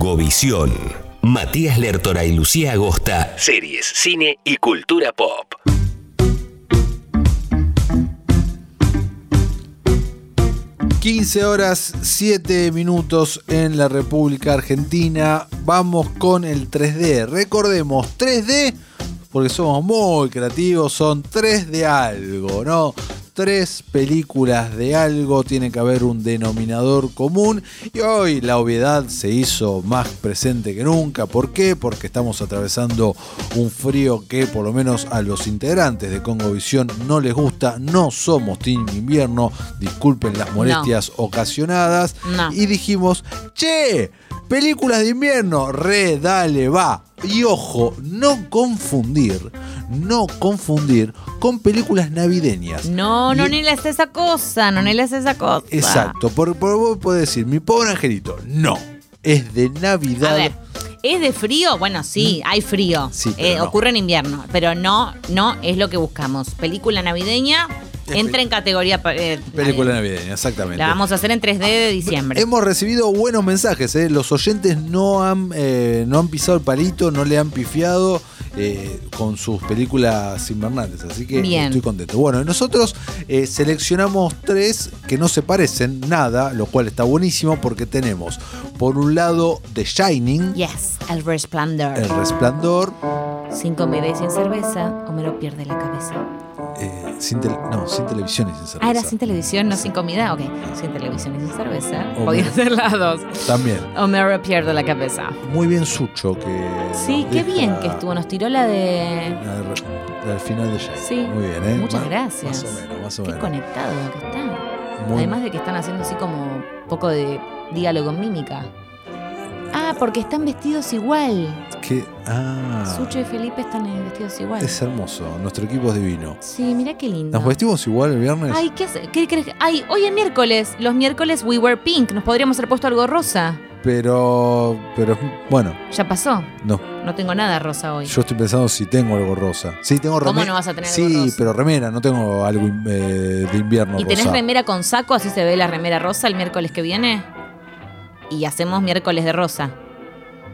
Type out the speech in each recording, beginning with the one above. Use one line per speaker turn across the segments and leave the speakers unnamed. Congovisión. Matías Lertora y Lucía Agosta. Series, cine y cultura pop.
Ujú. 15 horas 7 minutos en la República Argentina. Vamos con el 3D. Recordemos, 3D, porque somos muy creativos, son 3 de algo, ¿no? Tres películas de algo, tiene que haber un denominador común y hoy la obviedad se hizo más presente que nunca. ¿Por qué? Porque estamos atravesando un frío que por lo menos a los integrantes de Congovisión no les gusta. No somos Team Invierno, disculpen las molestias ocasionadas.
No.
Y dijimos, che, películas de invierno, re, dale, va. Y ojo, no confundir, no confundir con películas navideñas.
No, no,
Y-
ni le haces esa cosa, no, ni le haces esa cosa.
Exacto, por, por vos podés decir, mi pobre angelito, no, es de Navidad.
A ver, ¿es de frío? Bueno, sí, hay frío.
Mm. Sí, pero
Eh,
no.
Ocurre en invierno, pero no, no es lo que buscamos. Película navideña
Es
entra en categoría pa- eh,
Película Em-
navideña.
navideña, exactamente.
La vamos a hacer en 3D de diciembre.
Hemos recibido buenos mensajes, ¿eh? los oyentes no han, eh, no han pisado el palito, no le han pifiado eh, con sus películas invernales, así que
Bien.
estoy contento. Bueno, nosotros eh, seleccionamos tres que no se parecen nada, lo cual está buenísimo porque tenemos, por un lado, The Shining,
Yes, el resplandor.
El Resplandor,
Sin comida y sin cerveza, Homero pierde la cabeza.
eh, sin tele- no, sin televisión y sin cerveza.
Ah, era sin televisión, no sin comida. Ok, sin televisión y sin cerveza.
Homero.
Podía ser las dos.
También.
Homero pierde la cabeza.
Muy bien Sucho que...
Sí,
nos
qué
deja
bien que estuvo. Nos tiró la de.
la de re- Al final de Shining.
Sí.
Muy bien, ¿eh?
Muchas
Ma- Más
gracias.
o menos, más o
Qué
menos.
conectado que está.
Muy-
Además de que están haciendo así como poco de diálogo mímica. Ah, porque están vestidos igual.
que- ah,
Sucho y Felipe están eh, vestidos igual.
es hermoso. Nuestro equipo es divino.
Sí, mira qué lindo.
¿Nos vestimos igual el viernes?
Ay, ¿qué, hace- qué crees? que- Ay, hoy es miércoles. Los miércoles we were pink. Nos podríamos haber puesto algo rosa.
Pero, pero bueno,
Ya pasó.
no.
No tengo nada rosa hoy.
Yo estoy pensando si tengo algo rosa. Sí, tengo
¿Cómo
remera.
no vas a tener
Sí,
algo rosa?
pero remera, no tengo algo eh, de invierno
¿Y tenés
rosa.
remera con saco? Así se ve la remera rosa el miércoles que viene. Y hacemos miércoles de rosa.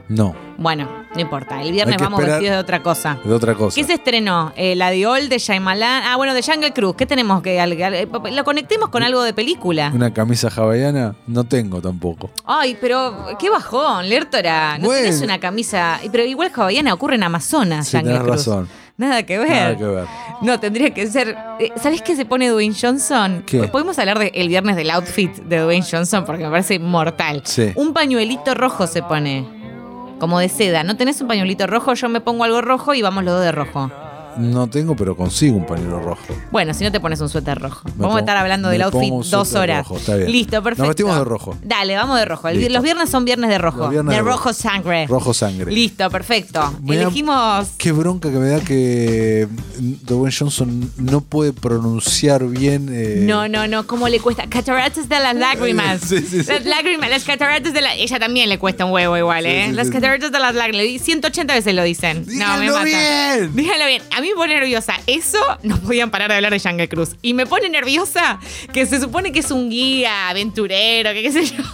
No,
Bueno, no importa. El
Hay
viernes
que
vamos
esperar-
vestidos de otra cosa.
de otra cosa.
¿Qué se estrenó? Eh, la de Old, de Shyamalan. Ah, bueno, de Jungle Cruz. ¿Qué tenemos que.? al- al- eh, Lo conectemos con algo de película.
¿Una camisa hawaiana? No tengo tampoco.
Ay, pero qué bajón, Lertora. No
Bueno.
tenés una camisa. Y Pero igual hawaiana ocurre en Amazonas,
Sí,
Jungle
tenés
Cruz.
razón.
Nada que ver.
Nada que ver.
No, tendría que ser. ¿Sabes qué se pone Dwayne Johnson?
¿Qué?
Podemos hablar de el viernes del outfit de Dwayne Johnson porque me parece mortal.
Sí.
Un pañuelito rojo se pone. Como de seda. ¿No tenés un pañuelito rojo? Yo me pongo algo rojo y vamos los dos de rojo.
No tengo, pero consigo un pañuelo rojo.
Bueno, si no te pones un suéter rojo.
Me
vamos
pongo-
a estar hablando
me
del outfit
pongo un
dos
suéter
horas.
rojo, está bien.
Listo,
Nos
perfecto.
vestimos de rojo.
Dale, vamos de rojo. El vi-
Listo.
Los viernes son viernes de rojo.
Los viernes
de
de
rojo,
rojo.
sangre.
Rojo sangre.
Listo, perfecto.
Me da-
Elegimos.
Qué bronca que me da que Dwayne Johnson no puede pronunciar bien. eh,
No, no, no, ¿cómo le cuesta? Cataratas de las lágrimas.
Sí, sí, sí.
Las lágrimas, las cataratas de la... Ella también le cuesta un huevo igual,
Sí,
¿eh?
sí,
las
sí,
cataratas de las lágrimas. Le di- 180 veces lo dicen.
¡Díganlo bien!
Dígalo bien. A mí me pone nerviosa. Eso no podían parar de hablar de Jungle Cruz. Y me pone nerviosa que se supone que es un guía aventurero, que qué sé yo.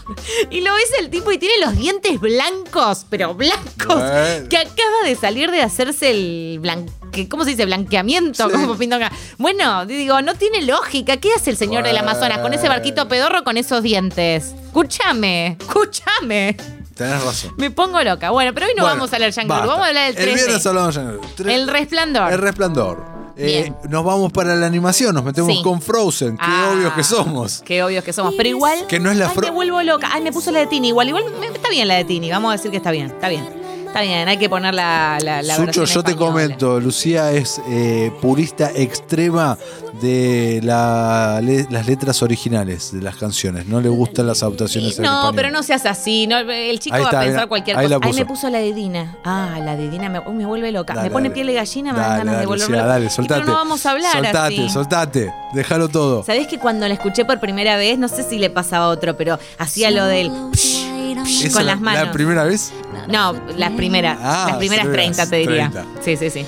Y lo ves el tipo y tiene los dientes blancos, pero blancos,
Bueno.
que acaba de salir de hacerse el blanque... ¿Cómo se dice? Blanqueamiento.
Sí.
Como pintan acá. Bueno, digo, no tiene lógica. ¿Qué hace el señor del Amazonas con ese barquito pedorro con esos dientes? Escúchame, escúchame.
Tenés razón.
Me pongo loca. Bueno, pero hoy no
Bueno,
vamos a hablar de
basta.
Vamos a hablar del
El
3D.
viernes hablamos de Django. Tre-
El resplandor.
El resplandor. Eh,
Bien.
nos vamos para la animación, nos metemos
Sí.
con Frozen. Qué
Ah,
obvios que somos.
Qué obvios que somos. Pero igual.
Que no es la
Ay,
fro-
me vuelvo loca. Ay, me puso la de Tini. Igual, igual me- está bien la de Tini. Vamos a decir que está bien. Está bien. Está bien. Hay que poner la. la, la
Sucho,
versión
yo te
española.
comento, Lucía es eh, purista extrema de la le- las letras originales de las canciones. No le gustan las adaptaciones en
No,
español.
pero no seas así. no, el chico
Ahí
va
está,
a pensar
mira,
cualquier
ahí
cosa.
la
Ay, me
puso.
puso la de Dina. Ah, la de Dina me, uy, me vuelve loca.
Dale,
me pone
dale.
piel de gallina, me dan
Dale,
ganas de
dale,
volver
Lucía,
loca.
Dale,
Y
soltate.
Pero no vamos a hablar
Soltate,
así.
soltate. Déjalo todo.
¿Sabés que cuando la escuché por primera vez, no sé si le pasaba a otro, pero hacía lo del psh, psh,
¿Esa
con
la-
las manos?
¿La primera vez?
No, las primeras,
Ah,
las primeras
sí,
30 te diría.
30.
Sí, sí, sí.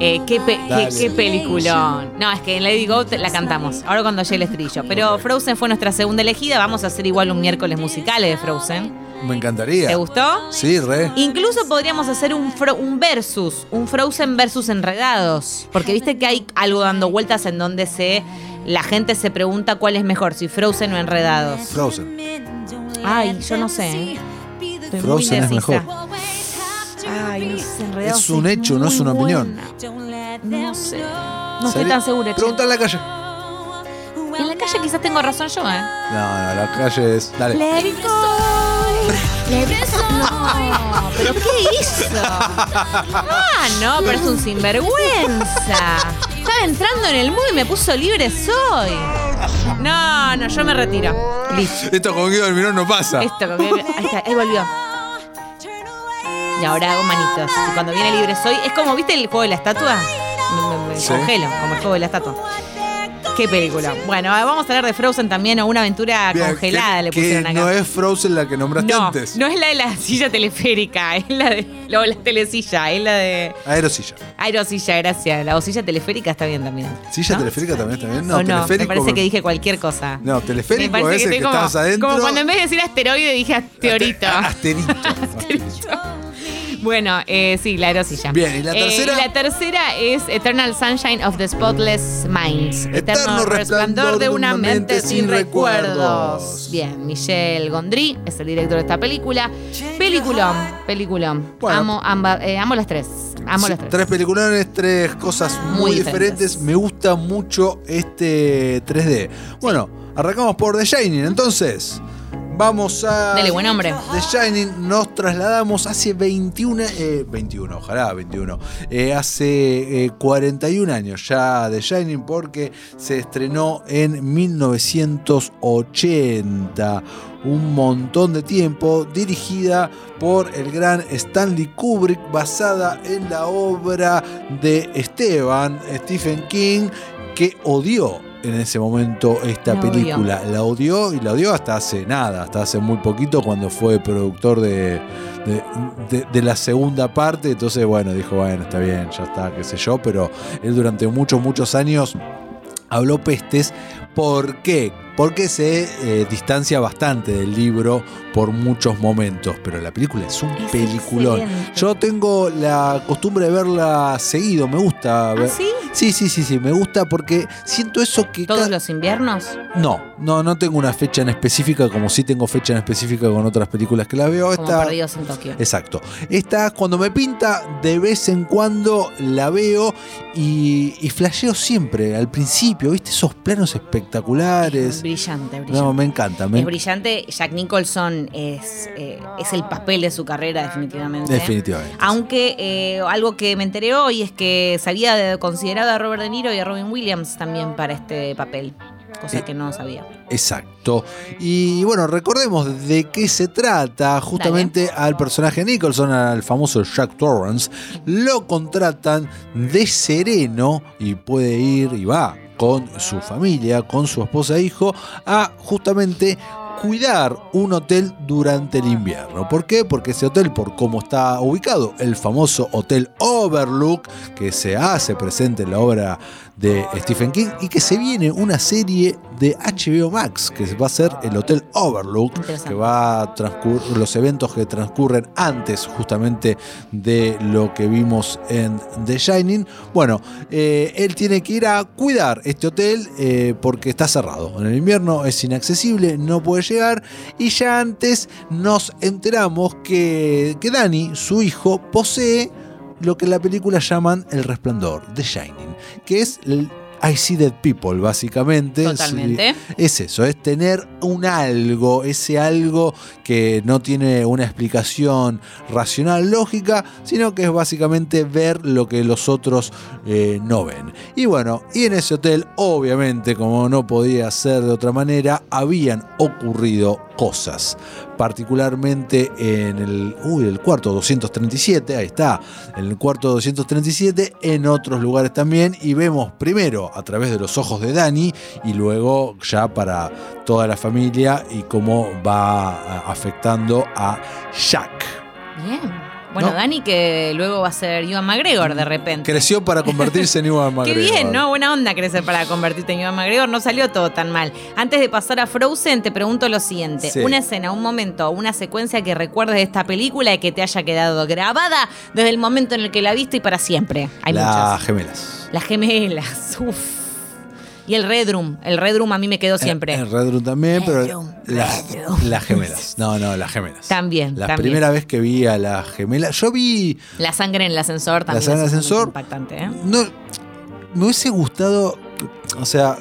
Eh, qué, pe- qué,
Dale.
qué peliculón. No, es que en Lady Goat la cantamos. Ahora cuando llegue el estribillo. Pero Frozen fue nuestra segunda elegida. Vamos a hacer igual un miércoles musical eh, de Frozen.
Me encantaría.
¿Te gustó?
Sí, re.
Incluso podríamos hacer un, fro- un versus, un Frozen versus Enredados. Porque viste que hay algo dando vueltas en donde se la gente se pregunta cuál es mejor, si Frozen o Enredados.
Frozen.
Ay, yo no sé.
eh. Estoy muy
Frozen es
indecisa.
mejor.
Ay, no sé, Enredados
Es un hecho, no es
muy
una opinión.
buena.
No sé.
No estoy
Salí-
tan segura. che.
Pregunta en la calle.
En la calle quizás tengo razón yo, ¿eh?
No, no, la calle es. Dale.
Let it go. Let it go. No, pero ¿qué hizo? Ah, no, pero es un sinvergüenza. Estaba entrando en el mundo y me puso libre soy. No, no, yo me retiro. Listo.
Esto con Guido del Mirón no pasa.
Esto, con que- ahí está, ahí volvió. Y ahora hago manitos. Y cuando viene libre soy, es como, ¿viste el juego de la estatua? Me, me- me
Sí.
congelo, como el juego de la estatua. Qué película. Bueno, vamos a hablar de Frozen también o una aventura
Bien,
congelada
que-
le pusieron
que
acá.
No es Frozen la que nombraste
No,
antes.
no es la de la silla teleférica, es la de. No, la telesilla, es la de.
Aerosilla.
Aerosilla, gracias. La silla teleférica está bien también.
¿Silla
¿No?
teleférica también está bien?
¿O
No,
Me
teleférico.
parece que dije cualquier cosa.
No, teleférico
Me parece
es el
estoy
que
como,
estabas adentro.
Como cuando en vez de decir asteroide dije asteorito.
Asterito.
bueno, eh, sí, la aerosilla.
Bien, ¿y la
Eh,
tercera?
la tercera es Eternal Sunshine of the Spotless Minds.
Eterno resplandor
de una mente sin
recuerdos.
recuerdos. Bien, Michel Gondry es el director de esta película. Peliculón, peliculón.
Bueno.
Amo, ambas, eh, amo las tres. Amo
Sí,
las tres.
Tres peliculones, tres cosas muy,
Muy
diferentes.
diferentes.
Me gusta mucho este 3D. Bueno, arrancamos por The Shining, entonces. Vamos a.
Dele, buen hombre.
The Shining nos trasladamos hace 21, eh, 21, ojalá 21, eh, hace eh, 41 años ya The Shining porque se estrenó en 1980, un montón de tiempo, dirigida por el gran Stanley Kubrick, basada en la obra de Esteban, Stephen King, que odió. En ese momento esta
La odió.
película la, la odió y la odió hasta hace nada, hasta hace muy poquito cuando fue productor de, de- de- de la segunda parte. Entonces, bueno, dijo, bueno, está bien, ya está, qué sé yo, pero él durante muchos, muchos años habló pestes. ¿Por qué? Porque se eh, distancia bastante del libro por muchos momentos, pero la película es un
Es
peliculón.
excelente.
Yo tengo la costumbre de verla seguido, me gusta.
¿Ah,
ver-
sí?
Sí, sí, sí, sí, me gusta porque siento eso que...
¿Todos
ca-
los inviernos?
no, no, no tengo una fecha en específica, como sí tengo fecha en específica con otras películas que la veo.
Como
Esta,
perdidos en Tokio.
exacto. Esta, cuando me pinta, de vez en cuando la veo y, y flasheo siempre, al principio, ¿viste? Esos planos espectaculares.
Brillante, brillante.
No, me encanta, me
Es brillante. Jack Nicholson es, eh, es el papel de su carrera, definitivamente.
Definitivamente.
Aunque eh, algo que me enteré hoy es que se había de- considerado a Robert De Niro y a Robin Williams también para este papel.
Eh,
Cosa que no sabía.
Exacto. Y bueno, recordemos de qué se trata. Justamente al personaje Nicholson, al famoso Jack Torrance, lo contratan de sereno y puede ir y va con su familia, con su esposa e hijo, a justamente cuidar un hotel durante el invierno. ¿Por qué? Porque ese hotel, por cómo está ubicado, el famoso Hotel Overlook, que se hace presente en la obra de Stephen King y que se viene una serie de HBO Max, que va a ser el Hotel Overlook,
Interesante.
que va a transcurrir los eventos que transcurren antes justamente de lo que vimos en The Shining. Bueno, eh, él tiene que ir a cuidar este hotel eh, porque está cerrado. En el invierno es inaccesible, no puede llegar. Y ya antes nos enteramos que, que Dani, su hijo, posee lo que en la película llaman el resplandor, The Shining, que es el I See Dead People, básicamente.
Totalmente.
Es eso, es tener un algo, ese algo que no tiene una explicación racional, lógica, sino que es básicamente ver lo que los otros eh, no ven. Y bueno, y en ese hotel, obviamente, como no podía ser de otra manera, habían ocurrido cosas. Particularmente en el, uy, el cuarto 237, ahí está, en el cuarto 237, en otros lugares también, y vemos primero a través de los ojos de Dani y luego ya para toda la familia y cómo va a- afectando a eh, Jack.
Bien. Bueno,
No.
Dani, que luego va a ser Ivan McGregor de repente.
Creció para convertirse en Iwan
Qué
McGregor.
bien, ¿no? Buena onda crecer para convertirte en Ivan McGregor. No salió todo tan mal. Antes de pasar a Frozen, te pregunto lo siguiente.
Sí.
Una escena, un momento, una secuencia que recuerdes de esta película y que te haya quedado grabada desde el momento en el que la viste y para siempre. Hay
Las
muchas.
gemelas.
Las gemelas. Uf. Y el Red Room. El Red Room a mí me quedó siempre.
En, en Red Room también, pero
Redrum,
las,
Redrum.
las gemelas. No, no, las gemelas.
También,
La
también.
primera vez que vi a las gemelas, yo vi
La sangre en el ascensor
la
también.
sala del
es
ascensor.
Impactante, ¿eh?
No, me hubiese gustado, o sea,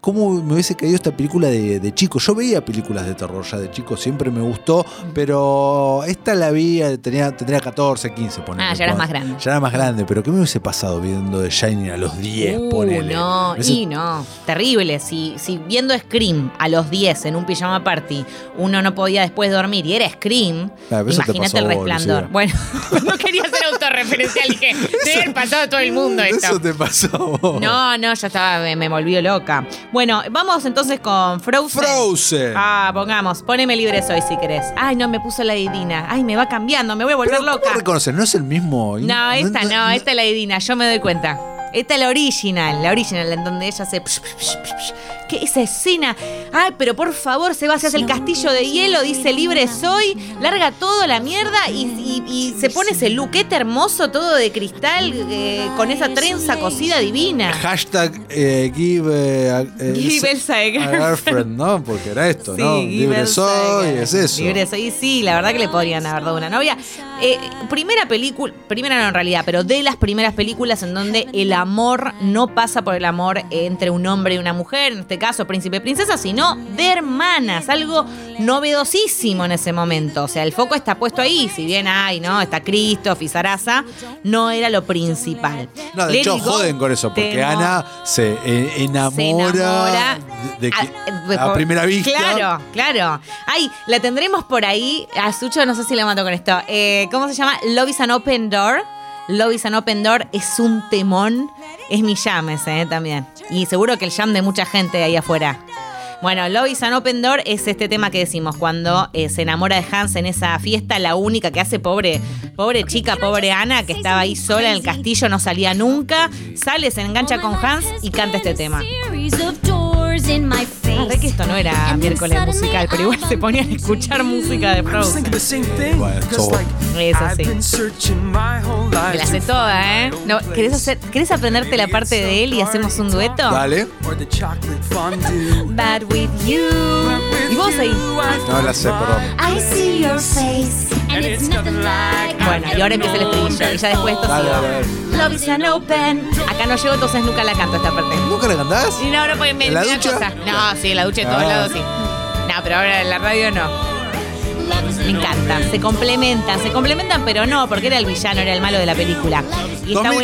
cómo me hubiese caído esta película de, de chico. Yo veía películas de terror ya de chico, siempre me gustó,
Mm.
pero esta la vi, tenía, tendría 14, 15, ponele.
Ah, ya eras
Cuando-
más grande.
Ya era más grande, pero ¿qué me hubiese pasado viendo The Shining a los 10,
Uh,
ponele?
No,
Me hubiese-
y no. Terrible. Si, si viendo Scream a los 10 en un pijama party, uno no podía después dormir y era Scream,
Ah, pero eso te
imagínate
pasó
el
a vos,
resplandor.
Lucía.
Bueno, no quería ser autorreferencial, dije, debe haber pasado a todo el mundo esto.
Eso te pasó. a vos.
No, no, yo estaba, me, me volvió loca. Bueno, vamos entonces con Frozen.
Frozen.
Ah, pongamos, poneme libre soy si querés. Ay, no, me puso la Edina. Ay, me va cambiando, me voy a volver
Pero,
loca.
¿Cómo reconocer? ¿No es el mismo?
No, esta no, esta es la Edina, yo me doy cuenta. Esta es la original, la original, en donde ella se. ¿Qué esa escena? Ay, pero por favor, se va hacia el castillo de hielo, dice libre soy, larga todo la mierda y, y- y se pone ese luquete hermoso, todo de cristal, eh, con esa trenza cosida divina.
Hashtag eh, give, eh, a- eh,
Give Elsa a
a girlfriend, ¿no? Porque era esto, ¿no?
Sí,
Libre
Giver
soy,
Saga.
es eso.
Libre soy, sí, la verdad que le podrían haber dado una novia. Eh, primera película, primera no en realidad, pero de las primeras películas en donde el amor no pasa por el amor entre un hombre y una mujer, en este caso príncipe y princesa, sino de hermanas, algo novedosísimo en ese momento. O sea, el foco está puesto ahí, si bien hay, ¿no? Está Christoph y Sarasa, no era lo principal.
No, de
Let
hecho,
It Go,
joden con eso, porque
temo-
Ana se eh, enamora,
enamora
de, de que-
Ah, eh,
a
por-
primera vista.
Claro, claro. Ay, la tendremos por ahí. A Sucho, no sé si la mato con esto. Eh, ¿Cómo se llama? Love is an Open Door. Love is an Open Door es un temón. Es mi jam ese, eh, también. Y seguro que el jam de mucha gente ahí afuera. Bueno, Love is an Open Door es este tema que decimos cuando eh, se enamora de Hans en esa fiesta, la única que hace pobre, pobre chica, pobre Ana, que estaba ahí sola en el castillo, no salía nunca, sale, se engancha con Hans y canta este tema. La verdad que esto no era miércoles musical, pero igual se ponían a escuchar música de Frozen.
Think the same thing.
Bueno,
Cause
so-
like
Es
I've
así.
been searching my whole life
Te la sé
to
toda, ¿eh? No, ¿querés, hacer, ¿Querés aprenderte la parte de él y hacemos un dueto?
Dale.
Or the chocolate fondue.
Bad with you. Y vos ahí.
No la sé, perdón.
I see your face, and it's nothing like
Bueno, y ahora empieza el estribillo y ya después esto
Dale, dale,
sigue.
dale.
Love is an open. Acá no llego, entonces nunca la canto esta parte.
¿Nunca la cantás?
Y no, no, porque me
¿En la
me da
ducha?
cosa. No, sí, en la ducha de todos
Ah.
lados sí. No, pero ahora en la radio no. Me encanta, se complementan, se complementan, pero no, porque era el villano, era el malo de la película. Y está
2015.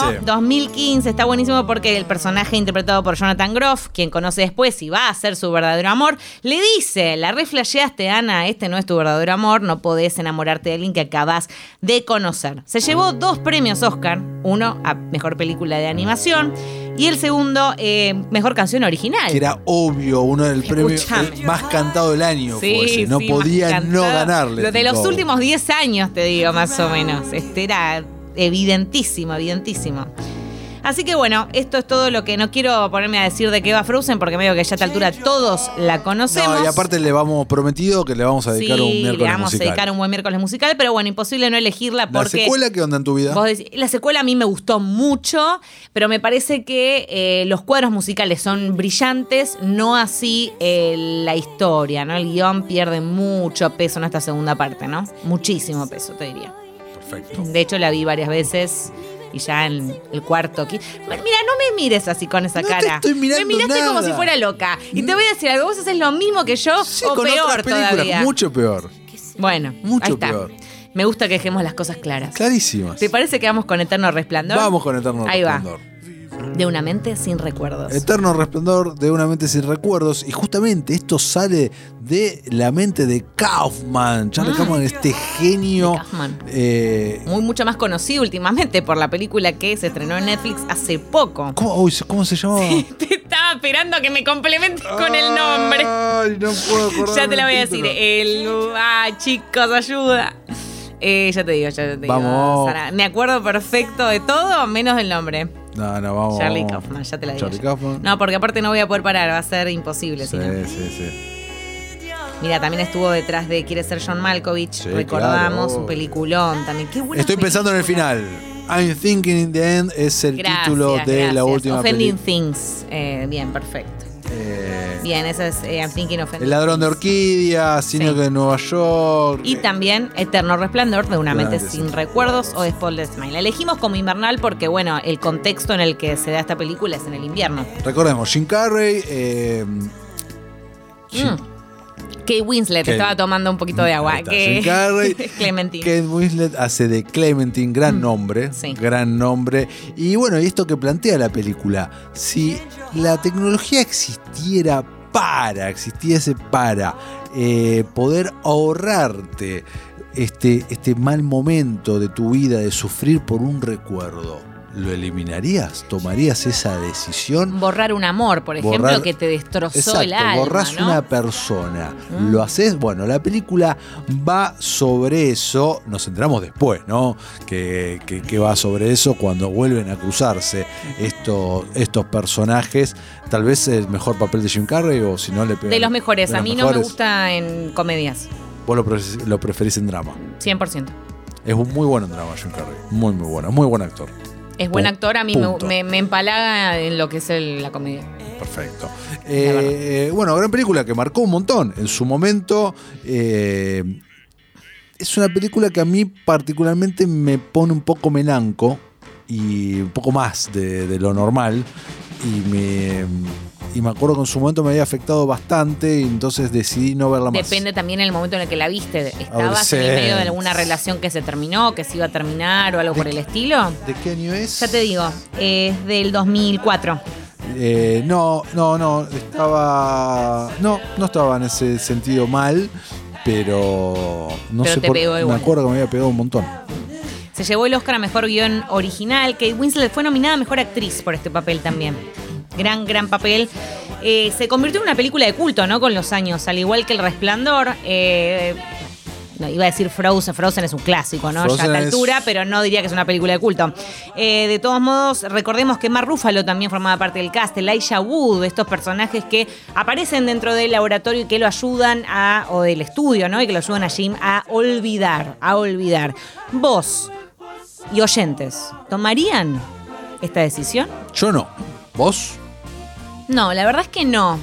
buenísimo. 2015, está buenísimo porque el personaje interpretado por Jonathan Groff, quien conoce después y va a ser su verdadero amor, le dice: La reflejeaste, Ana, este no es tu verdadero amor, no podés enamorarte de alguien que acabas de conocer. Se llevó dos premios Oscar: uno a mejor película de animación y el segundo, eh, mejor canción original.
Que era obvio, uno del premio
Escuchame.
el más cantado del año.
Sí,
fue ese. No
sí,
podía
más
no
cantado.
ganarle.
Lo de los
tipo.
últimos 10 años, te digo, más o menos. Este era evidentísimo, evidentísimo. Así que bueno, esto es todo lo que no quiero ponerme a decir de qué va Frozen, porque medio que ya a esta altura todos la conocemos.
No, y aparte le vamos prometido que le vamos a
sí,
dedicar un miércoles
le vamos
musical.
a dedicar un buen miércoles musical, pero bueno, imposible no elegirla
¿La
porque.
secuela qué onda en tu vida?
Vos decís, la secuela a mí me gustó mucho, pero me parece que eh, los cuadros musicales son brillantes, no así eh, la historia, ¿no? El guión pierde mucho peso en esta segunda parte, ¿no? Muchísimo peso, te diría.
Perfecto.
De hecho, la vi varias veces y ya en el cuarto. qui- Mira, no me mires así con esa
No te
cara.
estoy mirando
me miraste como
nada.
si fuera loca. Y te voy a decir algo, vos haces lo mismo que yo
Sí,
o
con
peor
otras películas,
todavía.
mucho peor.
bueno,
mucho
ahí está.
peor.
Me gusta que dejemos las cosas claras.
Clarísimas.
¿Te parece que vamos con Eterno Resplandor?
Vamos con Eterno
Ahí va.
Resplandor.
De una mente sin recuerdos.
Eterno Resplandor de una mente sin recuerdos. Y justamente esto sale de la mente de Kaufman. Charlie Kaufman, este genio.
Ah. De Kaufman.
eh,
Muy mucho más conocido últimamente por la película que se estrenó en Netflix hace poco.
¿cómo, uy, ¿cómo se llamaba?
Te estaba esperando a que me complementes con el nombre.
Ay, no puedo acordarme
Ya te la voy a
Ah, el
decir. eh.
título.
El. Ah, chicos, ayuda. Eh, ya te digo, ya te digo.
Vamos.
Sara. Me acuerdo perfecto de todo, menos del nombre.
No, no, vamos.
Charlie
vamos.
Kaufman, ya te la digo.
Charlie
yo.
Kaufman.
No, porque aparte no voy a poder parar, va a ser imposible.
sí,
si no.
sí, sí.
Mira, también estuvo detrás de Quiere ser John Malkovich,
Sí,
recordamos,
claro.
un peliculón también. Qué buena
Estoy pensando en el
película.
final. I'm thinking in the end es el
Gracias,
título de la
gracias.
última
Offending
peli-
Things. Eh, bien, perfecto.
Eh,
Bien, esa es eh, I'm Thinking Offending
El ladrón de
Things.
orquídea, Cine
Sí.
de Nueva York.
Y también Eterno Resplandor de una mente
Grandes
sin recuerdos o Spoiled Smile. La elegimos como invernal porque, bueno, el contexto en el que se da esta película es en el invierno.
Recordemos, Jim Carrey. eh, Jim-
Kate Winslet
Kate-
estaba tomando un poquito de
Ahí
agua.
está,
Que...
Jim Carrey.
Clementine. Mm,
Kate Winslet hace de Clementine, gran nombre.
sí.
Gran nombre. Y bueno, y esto que plantea la película. Si la tecnología existiera para, existiese para eh, poder ahorrarte este, este mal momento de tu vida de sufrir por un recuerdo, ¿lo eliminarías? ¿Tomarías esa decisión?
Borrar un amor, por ejemplo,
Borrar-
que te destrozó el
Exacto,
alma.
borrás
¿no? Mm.
una persona, lo haces, bueno, la película va sobre eso, nos enteramos después, ¿no? Que, que- que va sobre eso cuando vuelven a cruzarse estos, estos personajes, tal vez el mejor papel de Jim Carrey o si no le pegan-
De los mejores.
de
A
los
mí no me
mejores.
gusta en comedias.
Vos lo, pre- lo preferís en drama.
100%.
Es un muy buen drama Jim Carrey, muy muy bueno, muy buen actor.
Es buen
Pu-
actor, a mí me,
punto.
me- me empalaga en lo que es el- la comedia.
Perfecto. Eh, bueno, gran película que marcó un montón en su momento. eh, es una película que a mí particularmente me pone un poco melanco y un poco más de, de lo normal. Y me, y me acuerdo que en su momento me había afectado bastante y entonces decidí no verla más.
Depende también el momento en el que la viste. ¿Estabas
sí.
en el medio de alguna relación que se terminó, que se iba a terminar o algo por el estilo?
¿De qué año es?
Ya te digo, es del 2004.
Eh, no, no, no, estaba. No, no estaba en ese sentido mal, pero. No
Pero
sé
te
por-
pegó
Me
igual.
acuerdo que me había pegado un montón.
Se llevó el Oscar a Mejor Guión Original. Kate Winslet fue nominada a Mejor Actriz por este papel también. Gran, gran papel. Eh, se convirtió en una película de culto, ¿no? Con los años, al igual que El Resplandor. eh, no, iba a decir Frozen, Frozen es un clásico, ¿no? ya a
Frozen
esta
es-
altura, pero no diría que es una película de culto. Eh, de todos modos, recordemos que Mar Rúfalo también formaba parte del cast, Elijah Wood, estos personajes que aparecen dentro del laboratorio y que lo ayudan a, o del estudio, ¿no? Y que lo ayudan a Jim a olvidar, a olvidar. Vos y oyentes, ¿tomarían esta decisión?
Yo no. ¿Vos?
No, la verdad es que no.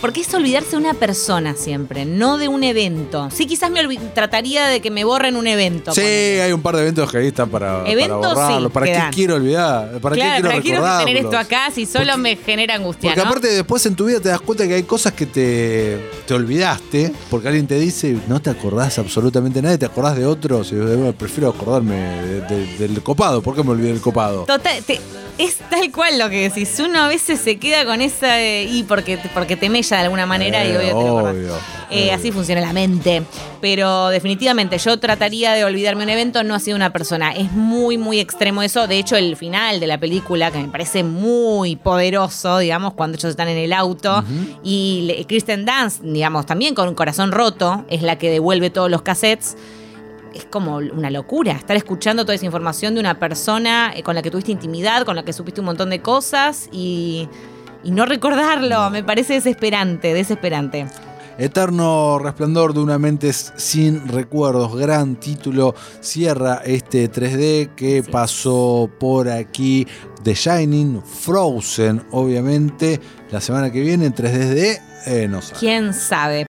Porque es olvidarse de una persona siempre, no de un evento. Sí, quizás me olvi- trataría de que me borren un evento.
Sí,
ponele.
hay un par de eventos que ahí están para, para
Eventos, sí,
borrarlo. ¿Para
quedan.
qué quiero olvidar? ¿Para
claro,
qué quiero
pero quiero
recordarlos?
tener esto acá si solo me genera angustia,
Porque
¿no?
aparte después en tu vida te das cuenta que hay cosas que te, te olvidaste, porque alguien te dice, no te acordás absolutamente nada, y te acordás de otros, y yo, "Bueno, prefiero acordarme de- de- del copado, ¿por qué me olvidé del copado?
Total, te- es tal cual lo que decís. Uno a veces se queda con esa de, y porque, porque te mella de alguna manera
Eh,
y obvio te lo acordás.
obvio,
Eh,
obvio.
Así funciona la mente. Pero definitivamente yo trataría de olvidarme un evento, no ha sido una persona. Es muy, muy extremo eso. De hecho, el final de la película, que me parece muy poderoso, digamos, cuando ellos están en el auto, y le- Kristen Dance, digamos, también con un corazón roto, es la que devuelve todos los cassettes es como una locura estar escuchando toda esa información de una persona eh, con la que tuviste intimidad, con la que supiste un montón de cosas y, y no recordarlo. Me parece desesperante, desesperante.
Eterno resplandor de una mente sin recuerdos, gran título, cierra este 3D que
Así es.
pasó por aquí, The Shining, Frozen, obviamente, la semana que viene, 3D de... eh, no sé.
¿Quién sabe?